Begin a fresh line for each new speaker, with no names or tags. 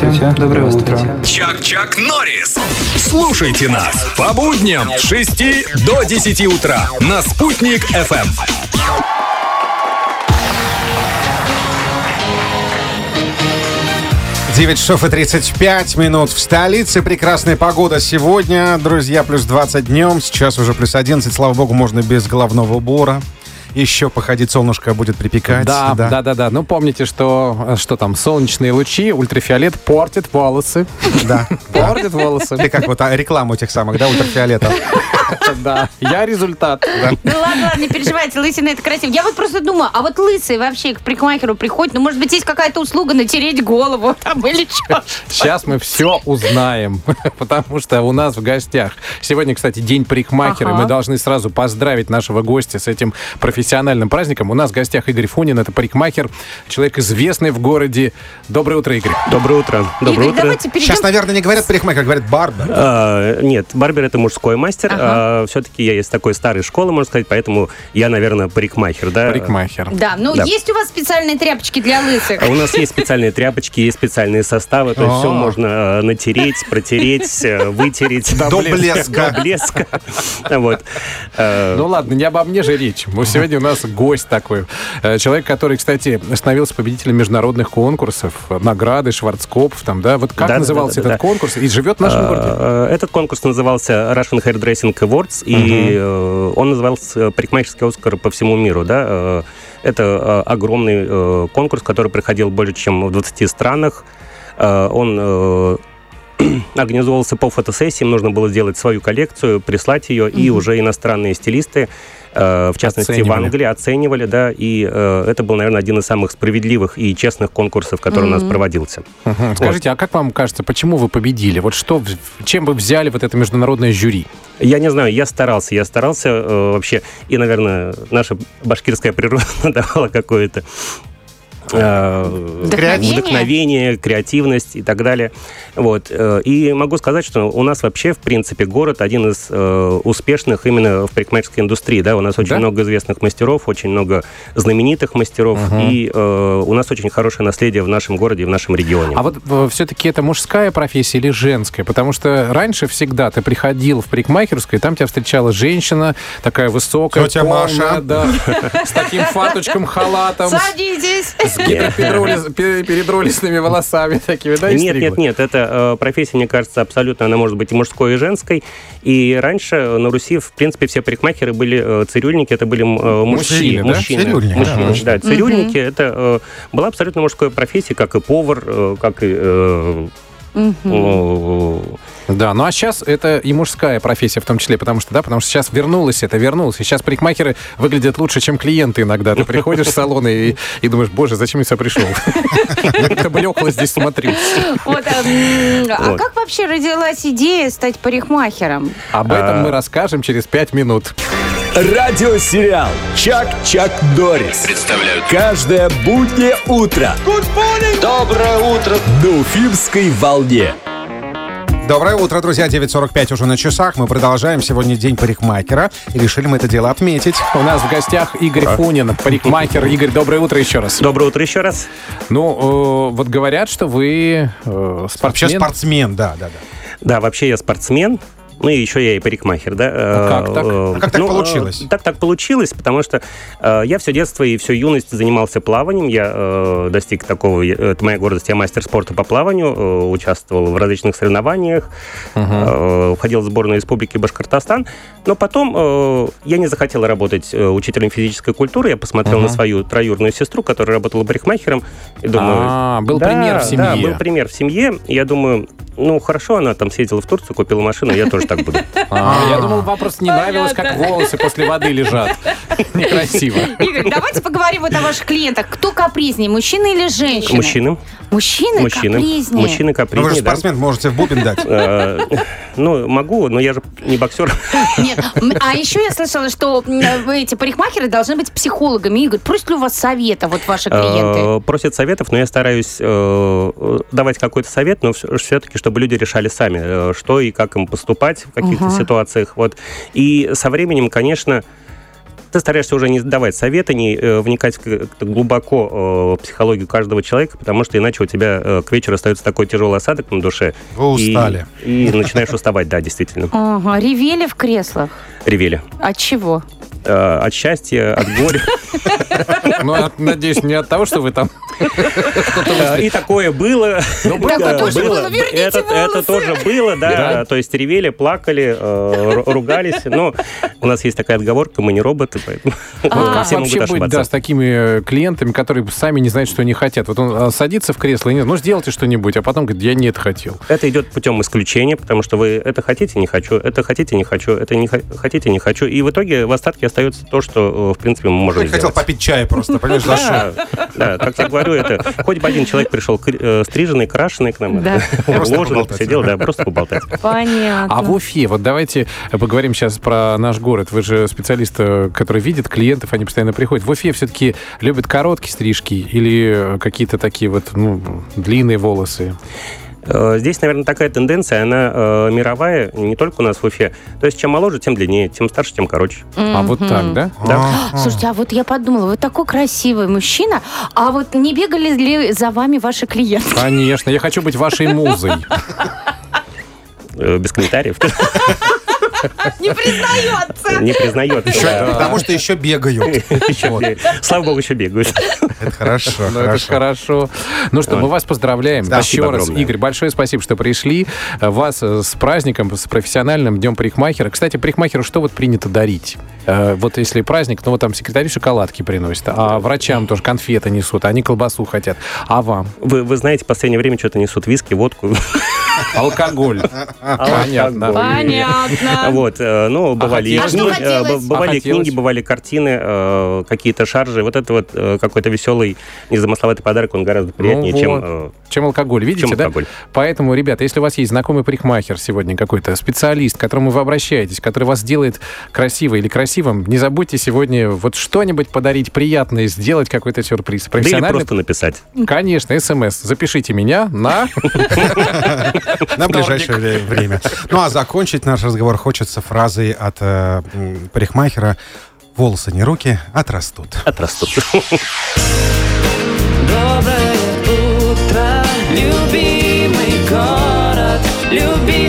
Здравствуйте. Доброе утро.
Чак-Чак Норрис. Слушайте нас по будням с 6 до 10 утра на Спутник FM.
Девять часов и 35 минут в столице. Прекрасная погода сегодня, друзья, плюс 20 днем. Сейчас уже плюс 11. Слава богу, можно без головного убора. Еще походить солнышко будет припекать.
Да, да, да, да, Ну помните, что э, что там солнечные лучи, ультрафиолет портит волосы,
да.
портит
Ты
волосы.
как вот а, рекламу этих самых, да, ультрафиолетов.
Да, я результат.
Ну ладно, ладно, не переживайте, лысина это красиво. Я вот просто думаю, а вот лысые вообще к парикмахеру приходят, ну, может быть, есть какая-то услуга натереть голову там или что?
Сейчас мы все узнаем, потому что у нас в гостях. Сегодня, кстати, день парикмахера. и
Ага.
Мы должны сразу поздравить нашего гостя с этим профессиональным праздником. У нас в гостях Игорь Фонин. Это парикмахер, человек известный в городе. Доброе утро, Игорь.
Доброе утро. Доброе
Игорь,
утро.
давайте перейдем
Сейчас, наверное, не говорят парикмахер, говорят барбер.
А, нет, барбер это мужской мастер. все-таки я из такой старой школы, можно сказать, поэтому я, наверное, парикмахер, да?
Парикмахер.
Да, ну
Да.
есть у вас специальные тряпочки для лысых?
А У нас есть специальные тряпочки, есть специальные составы, то есть все
А.
можно э, натереть, протереть, э, вытереть.
До блеска.
До блеска. Вот. Э,
Ну ладно, не обо мне же речь. Вот Сегодня у нас гость такой. Э, Человек, который, кстати, становился победителем международных конкурсов, э, награды, Шварцкопф, там, да? А, Вот как
Да-да-да-да-да.
назывался этот конкурс? И живет в нашем городе.
э, Этот конкурс назывался Russian Hairdressing Awards, и э, он назывался «Парикмахерский Оскар по всему миру». Да? Э, Это э, огромный э, конкурс, который проходил более чем в 20 странах. Э, Он э, организовывался по фотосессиям, нужно было сделать свою коллекцию, прислать ее, и уже иностранные стилисты, э, в частности в
Оценивали.
Англии, оценивали, да, и э, это был, наверное, один из самых справедливых и честных конкурсов, который у нас проводился.
Мгм. Скажите, а как вам кажется, почему вы победили? Вот что, в- чем вы взяли вот это международное жюри?
Я не знаю, я старался, я старался э, вообще, и, наверное, наша башкирская природа давала какое-то э,
Вдохновение?
вдохновение, креативность и так далее. Вот. э, И могу сказать, что у нас вообще, в принципе, город один из э, успешных именно в парикмахерской индустрии. Да? У нас очень
Да?
много известных мастеров, очень много знаменитых мастеров, и э, у нас очень хорошее наследие в нашем городе и в нашем регионе.
А вот все-таки это мужская профессия или женская? Потому что раньше всегда ты приходил в парикмахерскую, и там тебя встречала женщина, такая высокая,
Тетя Маша.
да, с таким фаточком, халатом, с
Садитесь!
Гидры передроли- пе- передролистыми волосами такими, да, и
Нет,
стригла?
нет, нет, это э, профессия, мне кажется, абсолютно, она может быть и мужской, и женской. И раньше на Руси, в принципе, все парикмахеры были э, цирюльники, это были э,
Мужчины,
мужчины.
да?
Мужчины,
Цирюльники, да,
Мужчины,
точно.
да, цирюльники, это э, была абсолютно мужская профессия, как и повар, э, как и... э, э,
Да, ну а сейчас это и мужская профессия в том числе, потому что, да, потому что сейчас вернулось это, вернулось. И сейчас парикмахеры выглядят лучше, чем клиенты иногда. Ты приходишь в салоны и, и думаешь, боже, зачем я сюда пришел? Я как-то блекло здесь смотрю.
Вот, а, м, а
Вот.
как вообще родилась идея стать парикмахером?
Об этом
А.
мы расскажем через пять минут.
Радиосериал «Чак-Чак Норрис» представляют каждое буднее утро. Доброе утро! На Уфимской волне.
Доброе утро, друзья. 9.45 уже на часах. Мы продолжаем. Сегодня день парикмахера. И решили мы это дело отметить.
У нас в гостях Игорь Фунин, парикмахер. Игорь, доброе утро еще раз.
Доброе утро еще раз.
Ну, э, вот говорят, что вы э,
Вообще
спортсмен.
спортсмен, да, да, да.
Да, вообще я спортсмен. Ну и еще я и парикмахер, да. Э,
как так?
э,
А как так
ну, э,
получилось?
Так так получилось, потому что э, я все детство и всю юность занимался плаванием. Я э, достиг такого, я- это моя гордость, я мастер спорта по плаванию, э, участвовал в различных соревнованиях, э, входил в сборную Республики Башкортостан. Но потом э, я не захотел работать э, учителем физической культуры. Я посмотрел на свою троюрную сестру, которая работала парикмахером, и думаю,
А, был
да,
пример в
Да,
семье.
был пример в семье. Я думаю, ну хорошо, она там съездила в Турцию, купила машину, я тоже так буду.
А, Я думал, вопрос не нравилось, как волосы после воды лежат. Некрасиво.
Игорь, давайте поговорим вот о ваших клиентах. Кто капризнее, мужчины или женщины?
Мужчины,
Мужчины, капризнее.
мужчины,
Ну, вы же
мужчины капризнее, да.
спортсмен, можете в бубен дать.
Э, Ну, могу, но я же не боксер.
Нет, м, а еще я слышала, что м, вы, эти парикмахеры должны быть психологами. Игорь, просят ли у вас совета вот ваши
А,
клиенты?
Э, Просят советов, но я стараюсь э, давать какой-то совет, но все-таки, чтобы люди решали сами, э, что и как им поступать в каких-то ситуациях. Вот. И со временем, конечно, ты стараешься уже не давать советы, не э, вникать как-то глубоко э, в психологию каждого человека, потому что иначе у тебя э, к вечеру остается такой тяжелый осадок на душе.
Вы
И-
устали.
И, начинаешь уставать, да, действительно.
Ага, ревели в креслах.
Ревели.
От чего?
Э, От счастья, от горя.
Ну, а, надеюсь, не от того, что вы там...
Э, И такое было.
Ну, было,
Такое
Да,
тоже
было.
было. Верните
Это, это
волосы.
тоже было, да. То есть ревели, плакали, э, ру- ругались. Но у нас есть такая отговорка, мы не роботы, поэтому
Вот как
А. все могут
вообще быть, да,
ошибаться.
с такими э, клиентами, которые сами не знают, что они хотят? Вот он а, садится в кресло и не ну, сделайте что-нибудь, а потом говорит, я не это хотел.
Это идет путем исключения, потому что вы это хотите, не хочу, это хотите, не хочу, это не хо- хотите, не хочу. И в итоге в остатке остается то, что, э, в принципе, мы можем
Я хотел
сделать.
попить чай просто, понимаешь, зашел.
Да, да, как я говорю, это хоть бы один человек пришел кр- э, стриженный, крашеный к нам,
Да.
э,
Просто
уложенный,
поболтать.
все дело, да, просто поболтать.
Понятно.
А в Уфе, вот давайте поговорим сейчас про наш город. Вы же специалист, э, который видит клиентов, они постоянно приходят. В Уфе все-таки любят короткие стрижки или э, какие-то такие вот ну, длинные волосы?
Э, Здесь, наверное, такая тенденция, она э, мировая, не только у нас в Уфе. То есть чем моложе, тем длиннее, тем старше, тем короче.
А вот так, да?
Да.
Слушайте, а вот я подумала, вы такой красивый мужчина, а вот не бегали ли за вами ваши клиенты?
Конечно, я хочу быть вашей музой.
Э, Без комментариев.
Не признается!
Не признает.
Еще-
Да.
Потому что еще бегают.
Еще
Вот.
бегает. Слава богу, еще бегают.
Это хорошо,
Ну, это ж
хорошо.
хорошо. Ну что, мы вас поздравляем.
Спасибо
Еще раз,
огромное.
Игорь, большое спасибо, что пришли. Э, Вас э, с праздником, с профессиональным днем парикмахера. Кстати, парикмахеру что вот принято дарить? Э, Вот если праздник, ну вот там секретари шоколадки приносят, а врачам тоже конфеты несут, они колбасу хотят. А вам?
Вы, вы знаете, в последнее время что-то несут виски, водку. А,
Алкоголь. Понятно.
Понятно.
Вот, э, ну, бывали и
хотелось?
А
книги,
что хотелось?
э, б- бывали
А хотелось?
книги, бывали картины, э, какие-то шаржи. Вот это вот э, какой-то веселый, незамысловатый подарок, он гораздо приятнее,
Ну
чем...
вот.
э,
Чем алкоголь, видите,
Чем
да?
алкоголь.
Поэтому, ребята, если у вас есть знакомый парикмахер сегодня какой-то, специалист, к которому вы обращаетесь, который вас делает красиво или красивым, не забудьте сегодня вот что-нибудь подарить приятное, сделать какой-то сюрприз.
Да или
Профессиональный,
просто написать.
конечно, смс. Запишите меня на...
На ближайшее вре- время. Ну а закончить наш разговор хочется фразой от э, м, парикмахера. Волосы не руки, а отрастут.
Отрастут.
Доброе утро, любимый город, любимый